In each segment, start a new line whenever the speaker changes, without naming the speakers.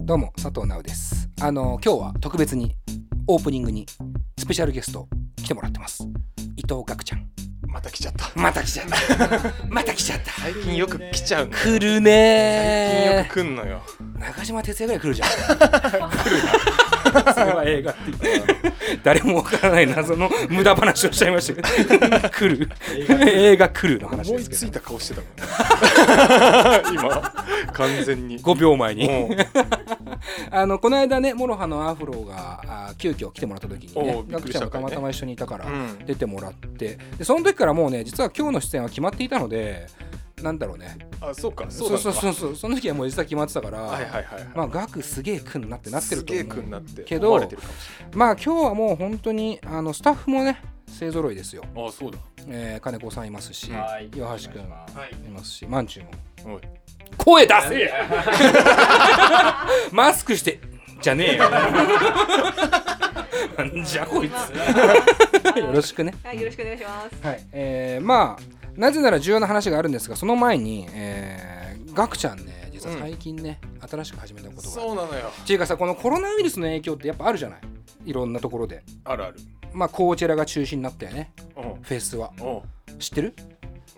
どうも佐藤直ですあの今日は特別にオープニングにスペシャルゲスト来てもらってます伊藤岳ちゃん
また来ちゃった
また来ちゃった また来ちゃった
最近よく来ちゃうんだよ
来る
最近よ
ね
く来んのよ
ー中島哲也ぐらい来るじゃんそれは映画って言った誰もわからない謎の無駄話をしちゃいましたけど来る映画来るの話
思
で
い
すけ
つ
ど
いた顔してた もん今完全に
5秒前に
もう
あのこの間ねモロハのアフロがあ急遽来てもらった時に
お
ね
うびっ
ガ
く
ク
り
ちゃ
し
ん
た
がたまたま一緒にいたから
うん
出てもらってでその時からもうね実は今日の出演は決まっていたのでなんだろうね
あそうかそ
そう
だ
う
っ
そう
た
そうそうその時はもう実は決まってたから、
はいはいはい
まあガクすげえくんなってなってる
す
と
げ
思
え
う
くんなって
け
思わ
ど
れてるかもしれ
まあ今日はもう本当にあのスタッフもね勢ぞろいですよ、
ないあそうだ
えー金子さんいますし、
うんはい
岩橋くん
はい
いますしまんちゅうも
おい
声出せや マスクしてじゃねえよなんじゃこいつよろしくね
はい、よろしくお願いします。
はいえー、まあなぜなら重要な話があるんですがその前に、えー、ガクちゃんね実は最近ね、新しく始めたことが
そうなの
っ
よ
ていうかさこのコロナウイルスの影響ってやっぱあるじゃないいろんなところで
あるある
まあコーチェラが中止になったよね
うん
フェスは
おう
知ってる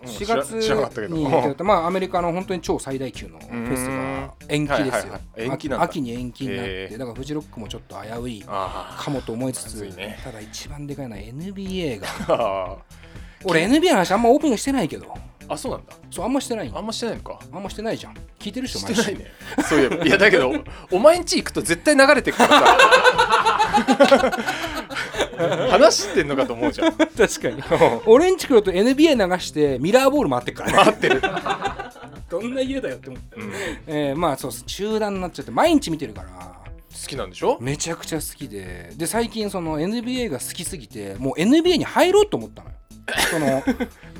うん
4
知ら知らなかったけ
月
ど
にやってたまあアメリカの本当に超最大級のフェスが延期ですよ、
はいはいはい延期なんだ
秋に延期になって
へえ
だからフジロックもちょっと危うい
あ
かもと思いつつ
まずいね
ただ一番でかいのは NBA が
あ
俺 NBA の話あんまオープンしてないけど
あそうなんだ
そうあんましてないんだ
あんましてないのか
あんましてないじゃん聞いてる人
してないねそういえばいやだけどお前んち行くと絶対流れてくからさ 話してんのかと思うじゃ ん
確かに俺んち来ると NBA 流してミラーボール回ってっ からね
合ってる、
どんな家だよって思って、
うん、好
えー、まあそうっす中断になっちゃって毎日見てるから
きなんでしょ
めちゃくちゃ好きでで最近その NBA が好きすぎてもう NBA に入ろうと思 ったのよその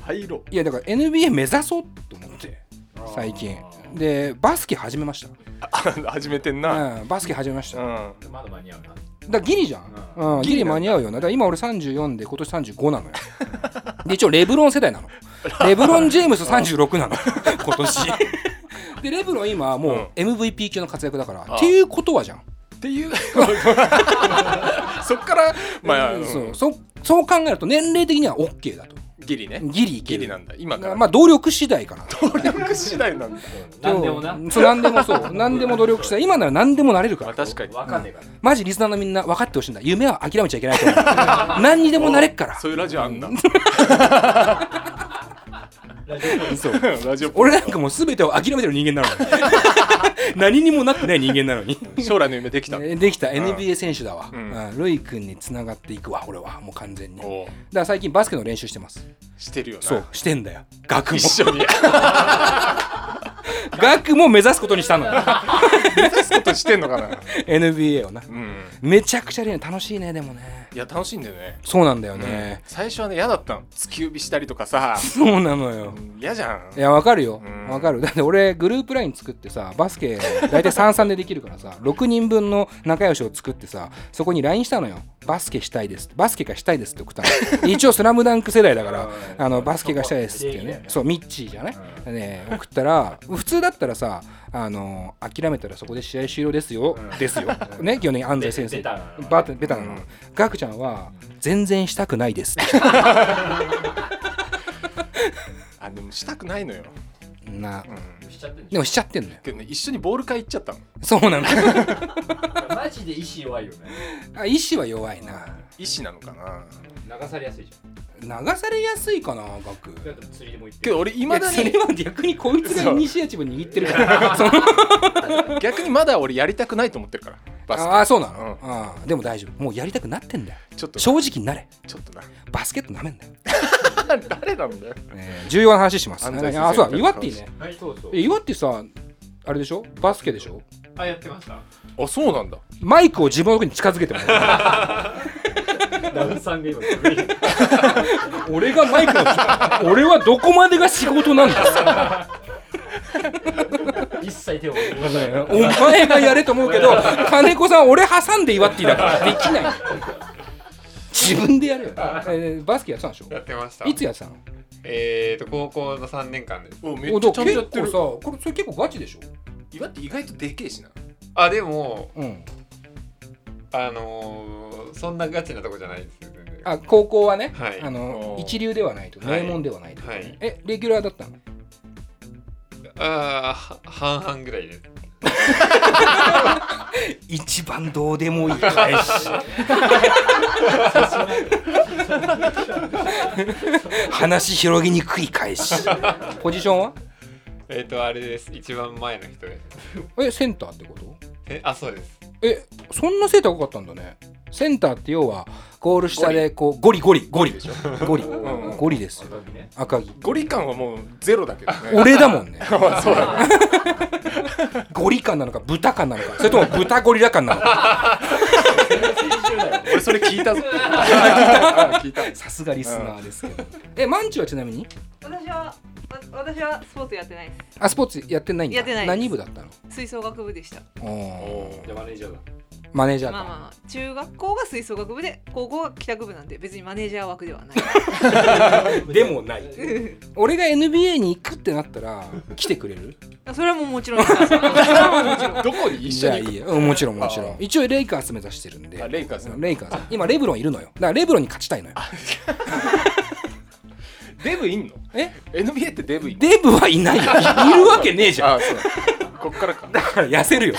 入ろう
いやだから NBA 目指そうと思って最近でバスケ始めまし
あ 始めてんな、
た、うん、バスケ始めました
う
だか
ん、
まだ間に合うな。
らギリじゃん、うんギリ間に合うよなだから今俺34で今年35なのよ で一応レブロン世代なのレブロン・ジェームス36なの 今年でレブロン今もう MVP 級の活躍だから、
あ
っていうことはじゃん
っていう そっからまあ、うん
そうそそう考えると年齢的には OK だと
ギリね
ギリいけ
ギ
る
リなんだ今から、
まあ努力次第かな
努力次第なんだ
なんでもな。
そう何でもそう何でも努力次第今なら何でもなれるか
まあ
ら
確かに
わかんねえから。
マジリスナーのみんな分かってほしいんだ夢は諦めちゃいけないと思う何にでもなれっから
そういうラジオあんな
そう
ラジオっぽい
俺なんかもう全てを諦めてる人間なの に何にもなってない人間なのに
将来の夢できた、
えできた
ん
NBA 選手だわ、
うん
うんルイ君につながっていくわ俺はもう完全にだか
おう
ら最近バスケの練習してます
してるよな
そうしてんだよガクも
一緒 に
ガクも目指すことにしたのよ
目指すことしてんのかな
NBA をな
うん
めちゃくちゃ練習楽しいねでもね
いや楽しいんだよね
そうなんだよね、
最初はね嫌だったの突き指したりとかさ
そうなのよ
うん嫌じゃん
いやわかるよ
うん
わかるだって俺グループライン作ってさバスケ大体33でできるからさ 6人分の仲良しを作ってさそこに LINE したのよバスケしたいですバスケがしたいですって送ったの一応スラムダンク世代だからあのバスケがしたいですっていうねそうミッチーじゃない、ね送ったら普通だったらさあの諦めたらそこで試合終了ですよ、ですよ、ね基本的に安西先生
ベベタなの
バベタなの、ガクちゃんは全然したくないですって
あでもしたくないのよ、
な
うん、
しちゃってん
でもしちゃってんのよ
けどね一緒にボール会行っちゃったの
そうなんだ
マジで意志弱いよね。
あ意志は弱いな
意思なのかな
流されやすいじゃん。
流されやすいかなガク
だって釣りでも行って
け
る。
ど俺い
いや
まだ
それ
に
は逆にこいつがイニシアチブ握ってるから その
逆にまだ俺やりたくないと思ってるからバス
ああそうなの、ああでも大丈夫もうやりたくなってんだよ
ケちょっとちょ
正直になれ
っとな
バスケットなめんなよ、
誰なんだよ
えー重要な話しますあ
安西先生
あそうだ岩ってね
はい、そうそう
え。岩ってさあれでしょバスケでしょ
あ、やってました。
あそうなんだ
マイクを自分のとこに近づけてもら
ダウンさんが今これ。
う俺がマイクの俺はどこまでが仕事なんですか
一切手を動か ない。
お前がやれと思うけど金子さん俺挟んで祝っていいだからできない自分でやれよ、えーバスケやってたんでし
やってました
ょいつやってたの
えーと高校の3年間です
おめ
お
っち
だか
ゃちゃ
ら
んと
結構
やってる
さこれそれ結構ガチでしょ
岩って意外とでけえしな
あでも
うん、
あのーそんなガチなとこじゃないですよ全然
あ高校はね、
はい
あの
おー
一流ではないと
はい
名門ではないと、
はい
えレギュラーだったの
あーは半々ぐらいです
一番どうでもいい返し 話広げにくい返しポジションは
えっ、とあれです一番前の人です
えセンターってこと
えあそうです
えそんな背高かったんだねセンターって要はゴール下でこうゴリゴリゴリゴリ
ん
ゴリですよ
赤
赤
木ね
木
ゴリ感はもうゼロだけどね
俺だもんね
そうだね
ゴリ感なのか豚感なのかそれとも豚ゴリラ感なのか
俺それ聞 いたぞあ聞いた
さすがリスナーですけどえマンチはちなみに
私はわ私はスポーツやってないで
あスポーツやってないんだ
やってないです
何部だったの
す吹奏楽部でした
おー
おー
じゃあマネージャーだ
マネージャ
ま
ー
あ
か、
まあまあ中学校が吹奏楽部で高校が帰宅部なんで別にマネージャー枠ではない
でもない 俺が NBA に行くってなったら来てくれる
それはもうもちろんですそれはもうもちろん
どこに一緒に行
いいようんもちろんもちろ
あ
ん一応レイカーズ目指してるんで
あレイカーズ
うんレイカーズ今レブロンいるのよだからレブロンに勝ちたいのよ
くデブいんの
え
NBA ってデブいんの
デブはい ないよいるわけねえじゃん
あそうこっからか
だから痩せる よ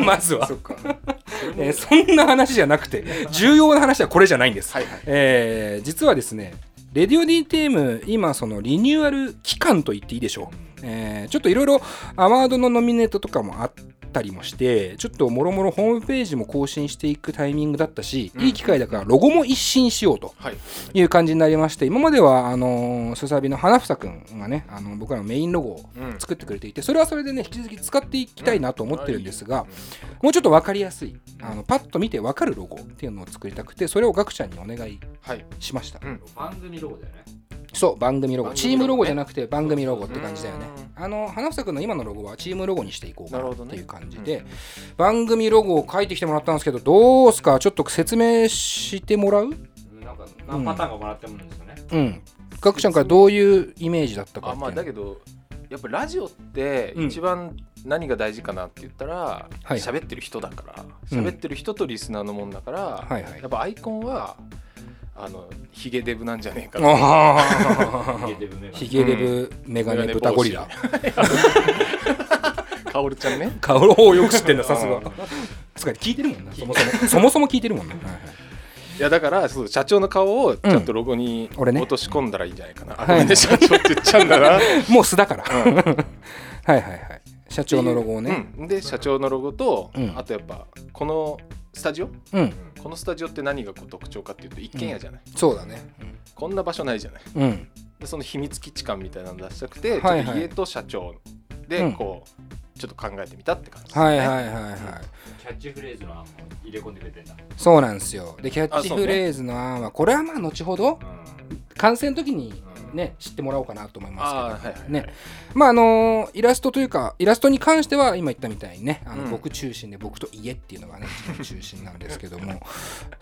まずは
そっか
えーそんな話じゃなくて重要な話はこれじゃないんです、
はいはい
えー実はですねレディオ D テーム今そのリニューアル期間と言っていいでしょう、えーちょっといろいろアワードのノミネートとかもあったりもしてちょっともろもろホームページも更新していくタイミングだったし、いい機会だからロゴも一新しようと
はい
いう感じになりまして今まではあのースサビの花房くんがねあの僕らのメインロゴを
うん
作ってくれていてそれはそれでね引き続き使っていきたいなと思ってるんですが、
ん
もうちょっと分かりやすいあのパッと見て分かるロゴっていうのを作りたくてそれをガクちゃんにお願い
はい
しました、
うん
番組ロゴだよね
そう番組ロゴ
番組ロゴね
チームロゴじゃなくて番組ロゴって感じだよね
うん
あの花房君の今のロゴはチームロゴにしていこうか
な
な
る
っ
ほどね
ていう感じで、番組ロゴを書いてきてもらったんですけどどうすかちょっと説明してもらう
なんか何パターンがもらってもらうんですよね
うんガクちゃんからどういうイメージだったかっ
あ
ていう
まあだけどやっぱラジオって
うん
一番何が大事かなって言ったら
いはい
喋、ってる人だから
うん
喋ってる人とリスナーのもんだから、
はいはい
やっぱアイコンはあのヒゲデブなんじゃねえかな
あ
ヒ
ー
ゲデブメガ ネ
ヒゲデブメガネ豚ゴリラ
カオルちゃんね
顔をよく知ってんださす
う
が
ん
つかに聞いてるもんなそもそもそもそも聞いてるもんな、はいはい
いやだからそう社長の顔をちゃんとロゴに
俺ね
落とし込んだらいいんじゃないかな、あ
い
ごめんね社長って言っちゃうんだな、
もう素だから。 はいはいはい。社長のロゴをね。
うん、で社長のロゴと、
うん
あとやっぱこのスタジオ
うん、
このスタジオって何がこう特徴かっていうと一軒家じゃない、
そうだね。
こんな場所ないじゃない
うん。
でその秘密基地感みたいなの出したくて、
はいはい
ちょっと家と社長
う
で
ん
こう、ちょっと考えてみたって感じですね、
はいはいはいはい。
キャッチフレーズの案も入れ込んでくれてんだ
そうなんですよ。で、キャッ
あ
チ
そうね
フレーズの案は、これはまあ後ほど、完成の時にね、知ってもらおうかなと思い
あ
ま
あーはいはい
す
は
け
い
ど。ね。まああのーイラストというか、イラストに関しては、今言ったみたいにね、あの
うん
僕中心で、僕と家っていうのがね、中心なんですけども、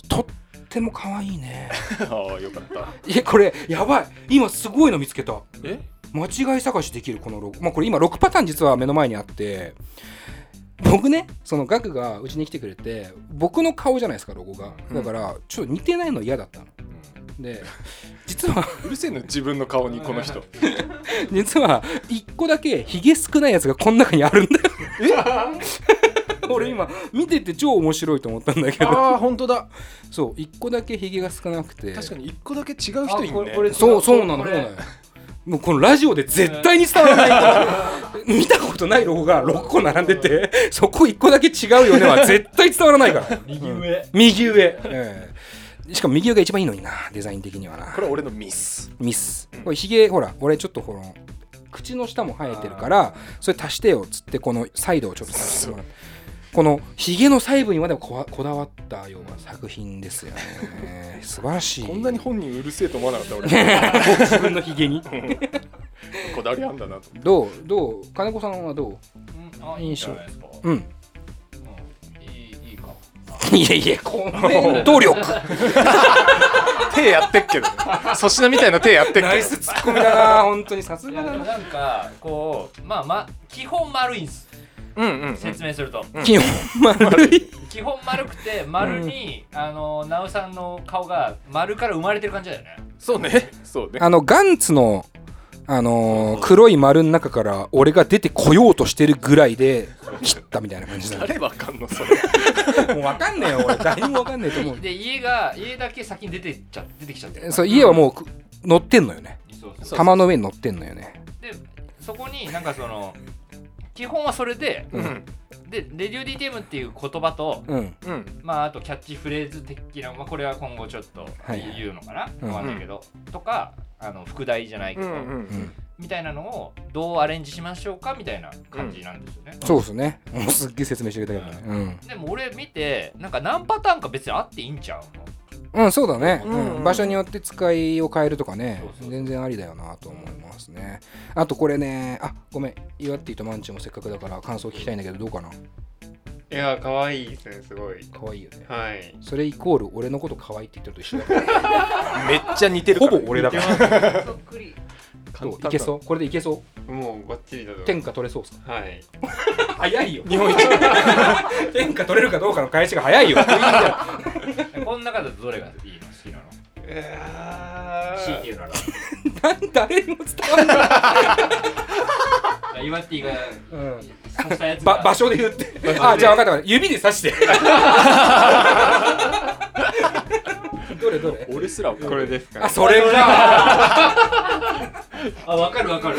とっても可愛いね。
ああよかった
いや、これ、やばい。今すごいの見つけた。
え
間違い探しできるこのロゴ、まあ、これ今6パターン実は目の前にあって僕ねそのガクがうちに来てくれて僕の顔じゃないですかロゴがだからちょっと似てないの嫌だったの。で実は
うるせえの自分の顔にこの人
実は1個だけヒゲ少ないやつがこの中にあるんだよ 俺今見てて超面白いと思ったんだけど
ああ本当だ
そう1個だけヒゲが少なくて
確かに一個だけ違う人い
あこ
る
れ
ね
これ
そうそうなの
こ
そう
れ
なのよもうこのラジオで絶対に伝わらないから見たことないロゴが6個並んでてそこ1個だけ違うよねは絶対伝わらないから
右上
右上、ええしかも右上が一番いいのになデザイン的にはな
これ俺のミス
ミスこれひげほら俺ちょっとこの口の下も生えてるからそれ足してよっつってこのサイドをちょっと足してもらってこのひげの細部にまでもこわこだわったような作品ですよね素晴らしい
こんなに本人うるせえと思わなかった 俺
自分のひげに
こだわりあんだなと
どうどう金子さんはどう
うんあいいんじゃないですか
うん。
うんいいいいか
いやいや、コメント力。
手やってっけど粗品みたいな手やってっけど
ナイスツッコミだな、本当にさす
い
が
やで
だ
も
な。
なんかこうまあまあ基本丸いんす
うんうんうん
説明すると
基本丸い
基本丸くて丸に、あのナウさんの顔が丸から生まれてる感じだよね
そうねそうね
あのガンツのあのー黒い丸の中から俺が出てこようとしてるぐらいで切ったみたいな感じだね
誰わかんのそれ
もう分かんねえよ俺誰にも分かんねえと思
で家が家だけ先に出てっちゃ出てきちゃってる
う そう家はもうく乗ってんのよね
そうそう
そう
玉の上に乗ってんのよね
でそこになんかその基本はそれで
うん
でレディオ DTM っていう言葉と、
うん
うん
まああとキャッチフレーズ的な、まあ、これは今後ちょっと
はいはい
言うのかな、
うん
わかんないけど、とかあの副題じゃないけ
う
ど、
んう
うんん
みたいなのをどうアレンジしましょうかみたいな感じなんですよね、
そうですねもうすっげえ説明してくれたけどね
でも俺見てなんか何パターンか別にあっていいんちゃうの
うん、うん、そうだね、
うんうん
うん場所によって使いを変えるとかね
そうそうそう
全然ありだよなと思いますねあとこれねあごめん岩ってとマンチもせっかくだから感想聞きたいんだけどどうかない
や可愛いですねすごい
可愛いよね
はい
それイコール俺のこと可愛いって言ってると一緒だから
めっちゃ似てる
ほぼ俺だから
そっくり
どういけそうこれでいけそ
もうバッチリだと
う
思い
天
ま
下取れそうっすか
すはい
早いよ日本一 天下取れるかどうかの返しが早い よ
この中だとどれがいいの好きなの
うわ
強い
ー
て言うなら
誰にも伝わんない、
イワッティが
うん
刺したやつ
ば
が
場所で言ってあじゃあ分かった分かった指で刺 してどれどれ
俺すらこ
これですか
あそれか
あ分かる分かる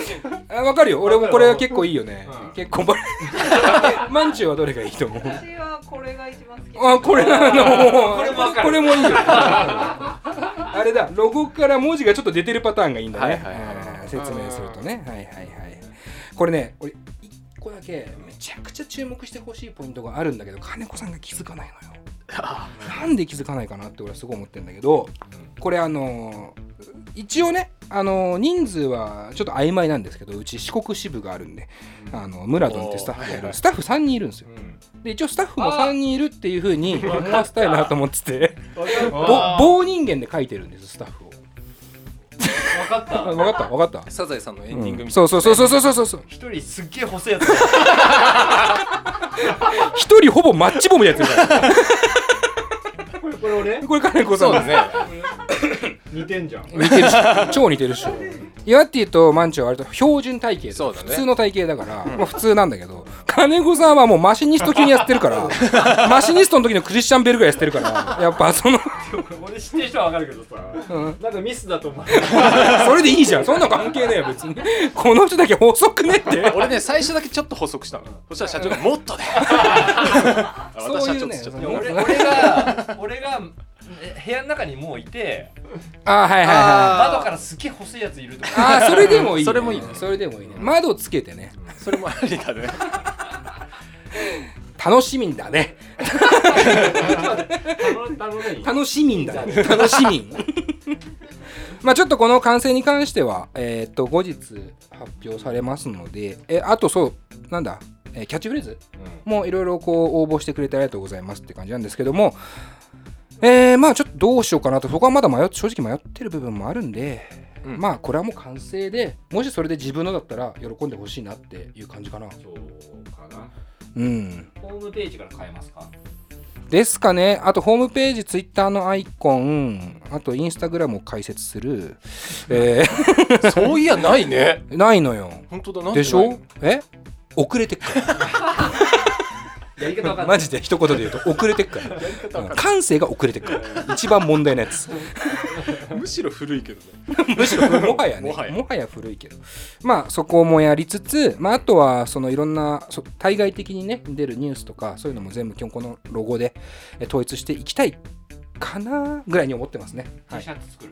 あわかるよ俺もこれは結構いいよね、
うん
結構バレ まんちゅうはどれがいいと思う
私はこれが一番好き
あこれなの
これもわかる
これもいいよ あれだロゴから文字がちょっと出てるパターンがいいんだね、
はいはいはい
あー説明するとねはいはいはいこれね俺1個だけめちゃくちゃ注目してほしいポイントがあるんだけど金子さんが気づかないのよなんで気づかないかなって俺はすごい思ってるんだけどこれあのー一応ね、あのー人数はちょっと曖昧なんですけどうち四国支部があるんで、あのムラドンってスタッフがいる、
おーはいはい
スタッフ3人いるんですよで一応スタッフも3人いるっていうふうに思 わせたいなと思っててぼ棒人間で書いてるんですスタッフを
分かっ
あ
た
分かった分かった
サザエさんのエンディング
うん
みたい
そうそうそうそうそうそうそう
一人すっげえ細いやつ
一人ほぼマッチ棒みたいなやつ いるか
これこれ俺
らこれ金子さんです
ね
似てんじゃん
似てるし超似てるし岩っていうとマンチョは割と標準体型
そうだね
普通の体型だから、まあ、普通なんだけど金子さんはもうマシニスト級にやってるから マシニストの時のクリスチャン・ベルぐらいやってるからやっぱ その
俺知ってる人は分かるけどさ、
うん
なんかミスだと思う
それでいいじゃんそんなの関係ねえよ別にこの人だけ細くねって
俺ね最初だけちょっと補足したのそしたら社長が「もっとね」私
そう
は
いう
ちょっ
ね
とちょっ
そ
と
の
俺俺が俺がえ部屋の中にもういて
あーはいはいはい
あー
窓からすっげえ細いやついるとか
あーそれでもいい、
それもいいね
それでもいいね窓つけてね
それもありだね
楽しみんだね
頼頼むね
楽しみんだね楽しみん まあちょっとこの完成に関してはえーっと後日発表されますのでえあとそうなんだえーキャッチフレーズもいろいろこう応募してくれてありがとうございますって感じなんですけどもえーまあちょっとどうしようかなとそこはまだ迷っ正直迷ってる部分もあるんで、
うん
まあこれはもう完成でもしそれで自分のだったら喜んでほしいなっていう感じかな
そうかな
うん
ホームページから変えますか
ですかね。あと、ホームページ、ツイッターのアイコン、あと、インスタグラムを開設する。え
そういやないね
ー ないのよ。
本当だな
でしょえ遅れてっか
やり方分か
ら。
んない
マジで一言で言うと、遅れてっから。うん感性が遅れてっから。一番問題のやつ。
むしろ古いけどね
むしろもはやね
もはや
古いけどまあそこもやりつつ、まあ、あとはそのいろんなそ対外的にね出るニュースとかそういうのも全部今日このロゴでえ統一していきたいかなぐらいに思ってますね、はい
T シ、ャツ作る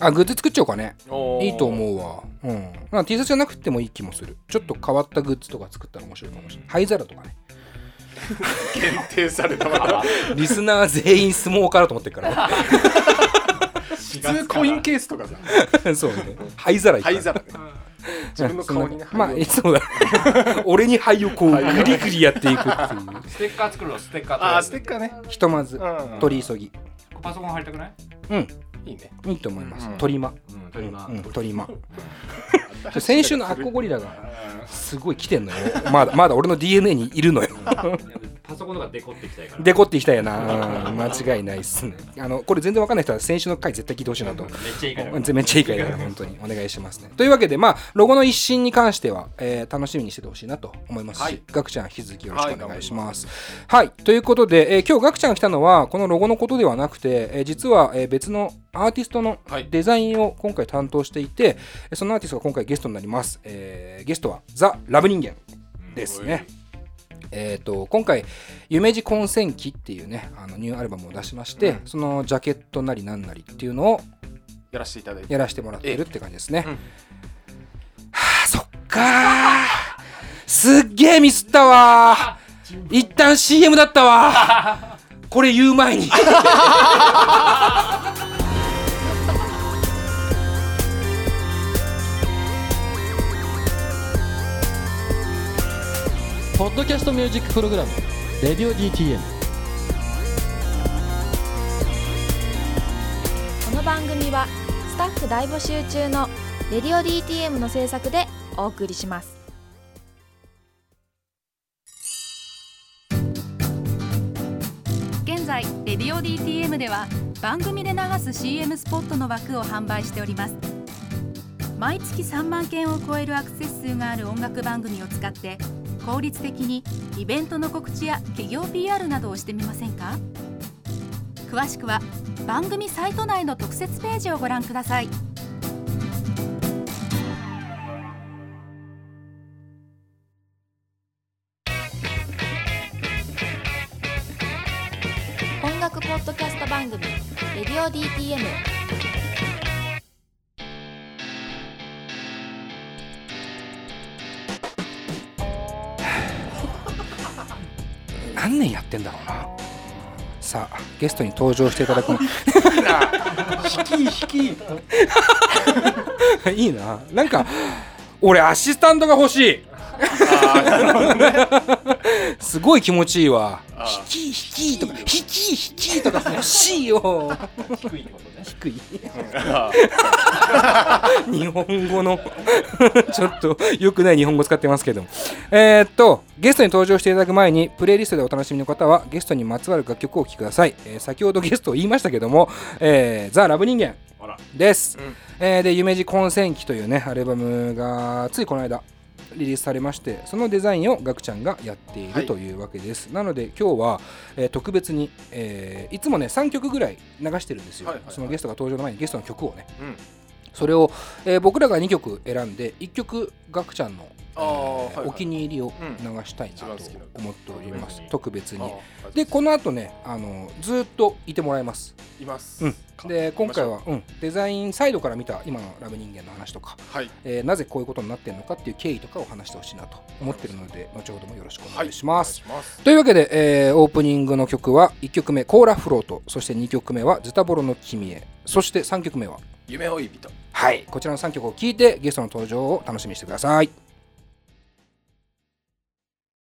あグッズ作っちゃおうかねいいと
う
思うわ。うん。まあ T シャツじゃなくてもいい気もする。ちょっと変わったグッズとか作ったら面白いかもしれない。灰皿とかね。
限 定されたまた
リスナー全員相撲からと思ってるから。
普
普通コインケースとかさ
そうね。灰皿いっぱい
灰皿ね自分の顔にね
まあ、えそうだ。 俺に灰をこう、グリグリやっていくっていう。
ステッカー作るわステッカー
あーステッ
カ
カーね
ひとまず、
うん
取り急ぎ。
ーパソコン入りたくない
うん。
いいね
いいと思います
う。ん
取り間。
うん
う
取り
ん
ま
うん取り間。先週のアッコゴリラが。すごい来てんのよまだまだ俺の DNA にいるのよ
パソコンとかデコっていきたいから
デコっていきたいよなうん間違いないっすねあのこれ全然わかんない人は先週の回絶対聞いてほしいなと
めっちゃいいから
うんめっちゃいい回だから本当にお願いしますね。というわけでまあロゴの一新に関しては、えー楽しみにしててほしいなと思いますし、
はい
ガクちゃん引き続きよろしくお願いします。はい、ということで、えー今日ガクちゃんが来たのはこのロゴのことではなくて、えー実は、えー別のアーティストの
はい
デザインを今回担当していて、えーそのアーティストが今回ゲストになります。えーゲストはザ・ラブ人間ですね。えー、と今回「夢二混戦記」っていうねあのニューアルバムを出しまして、
うん
そのジャケットなりなんなりっていうのを
やらせていただいて
やらせてもらってるって感じですね。
ええうん
はあそっかーすっげえミスったわー 一旦 CM だったわーこれ言う前に。
ポッドキャストミュージックプログラム「レディオ DTM」
この番組はスタッフ大募集中の「レディオ DTM」の制作でお送りします。
現在「レディオ DTM」では番組で流す CM スポットの枠を販売しております毎月3万件を超えるアクセス数がある音楽番組を使って効率的にイベントの告知や企業 PR などをしてみませんか詳しくは番組サイト内の特設ページをご覧ください
音楽ポッドキャスト番組「レディオ DTM」
何年やってんだろうな。さあゲストに登場していただくの いいななんか俺アシスタントが欲しいすごい気持ちいいわ「ひきひき」とか「ひきひき」とか欲しいよ
低いってことね
低い 日本語のちょっと良くない日本語使ってますけどもえーっとゲストに登場していただく前にプレイリストでお楽しみの方はゲストにまつわる楽曲をお聴きください、えー先ほどゲストを言いましたけども「えー、ザ・ラブ人間
あら」
です、
うん
えーで「夢二混戦記」というねアルバムがついこの間リリースされましてそのデザインをガクちゃんがやってい
は
る
い
というわけです、なので今日は、えー特別に、えーいつもね3曲ぐらい流してるんですよ、
はいはいはい
そのゲストが登場の前にゲストの曲をね
うん
それを、えー僕らが2曲選んで1曲ガクちゃんの、
あーはいはい
お気に入りを
うん
流したいなと
一番好きな
思っております、
特別に
特別に
ああ
でこの後ねあのずーっといてもらいます
います
うん
か
で今回は、うん、デザインサイドから見た今のラブ人間の話とか、
はい
えーなぜこういうことになってるのかっていう経緯とかを話してほしいなと思ってるので後ほどもよろしくお願いします、
お願いします
というわけで、えーオープニングの曲は1曲目「コーラフロート」そして2曲目は「ズタボロの君へ」そして3曲目は
夢追い人
はい、こちらの3曲を聴いてゲストの登場を楽しみにしてください。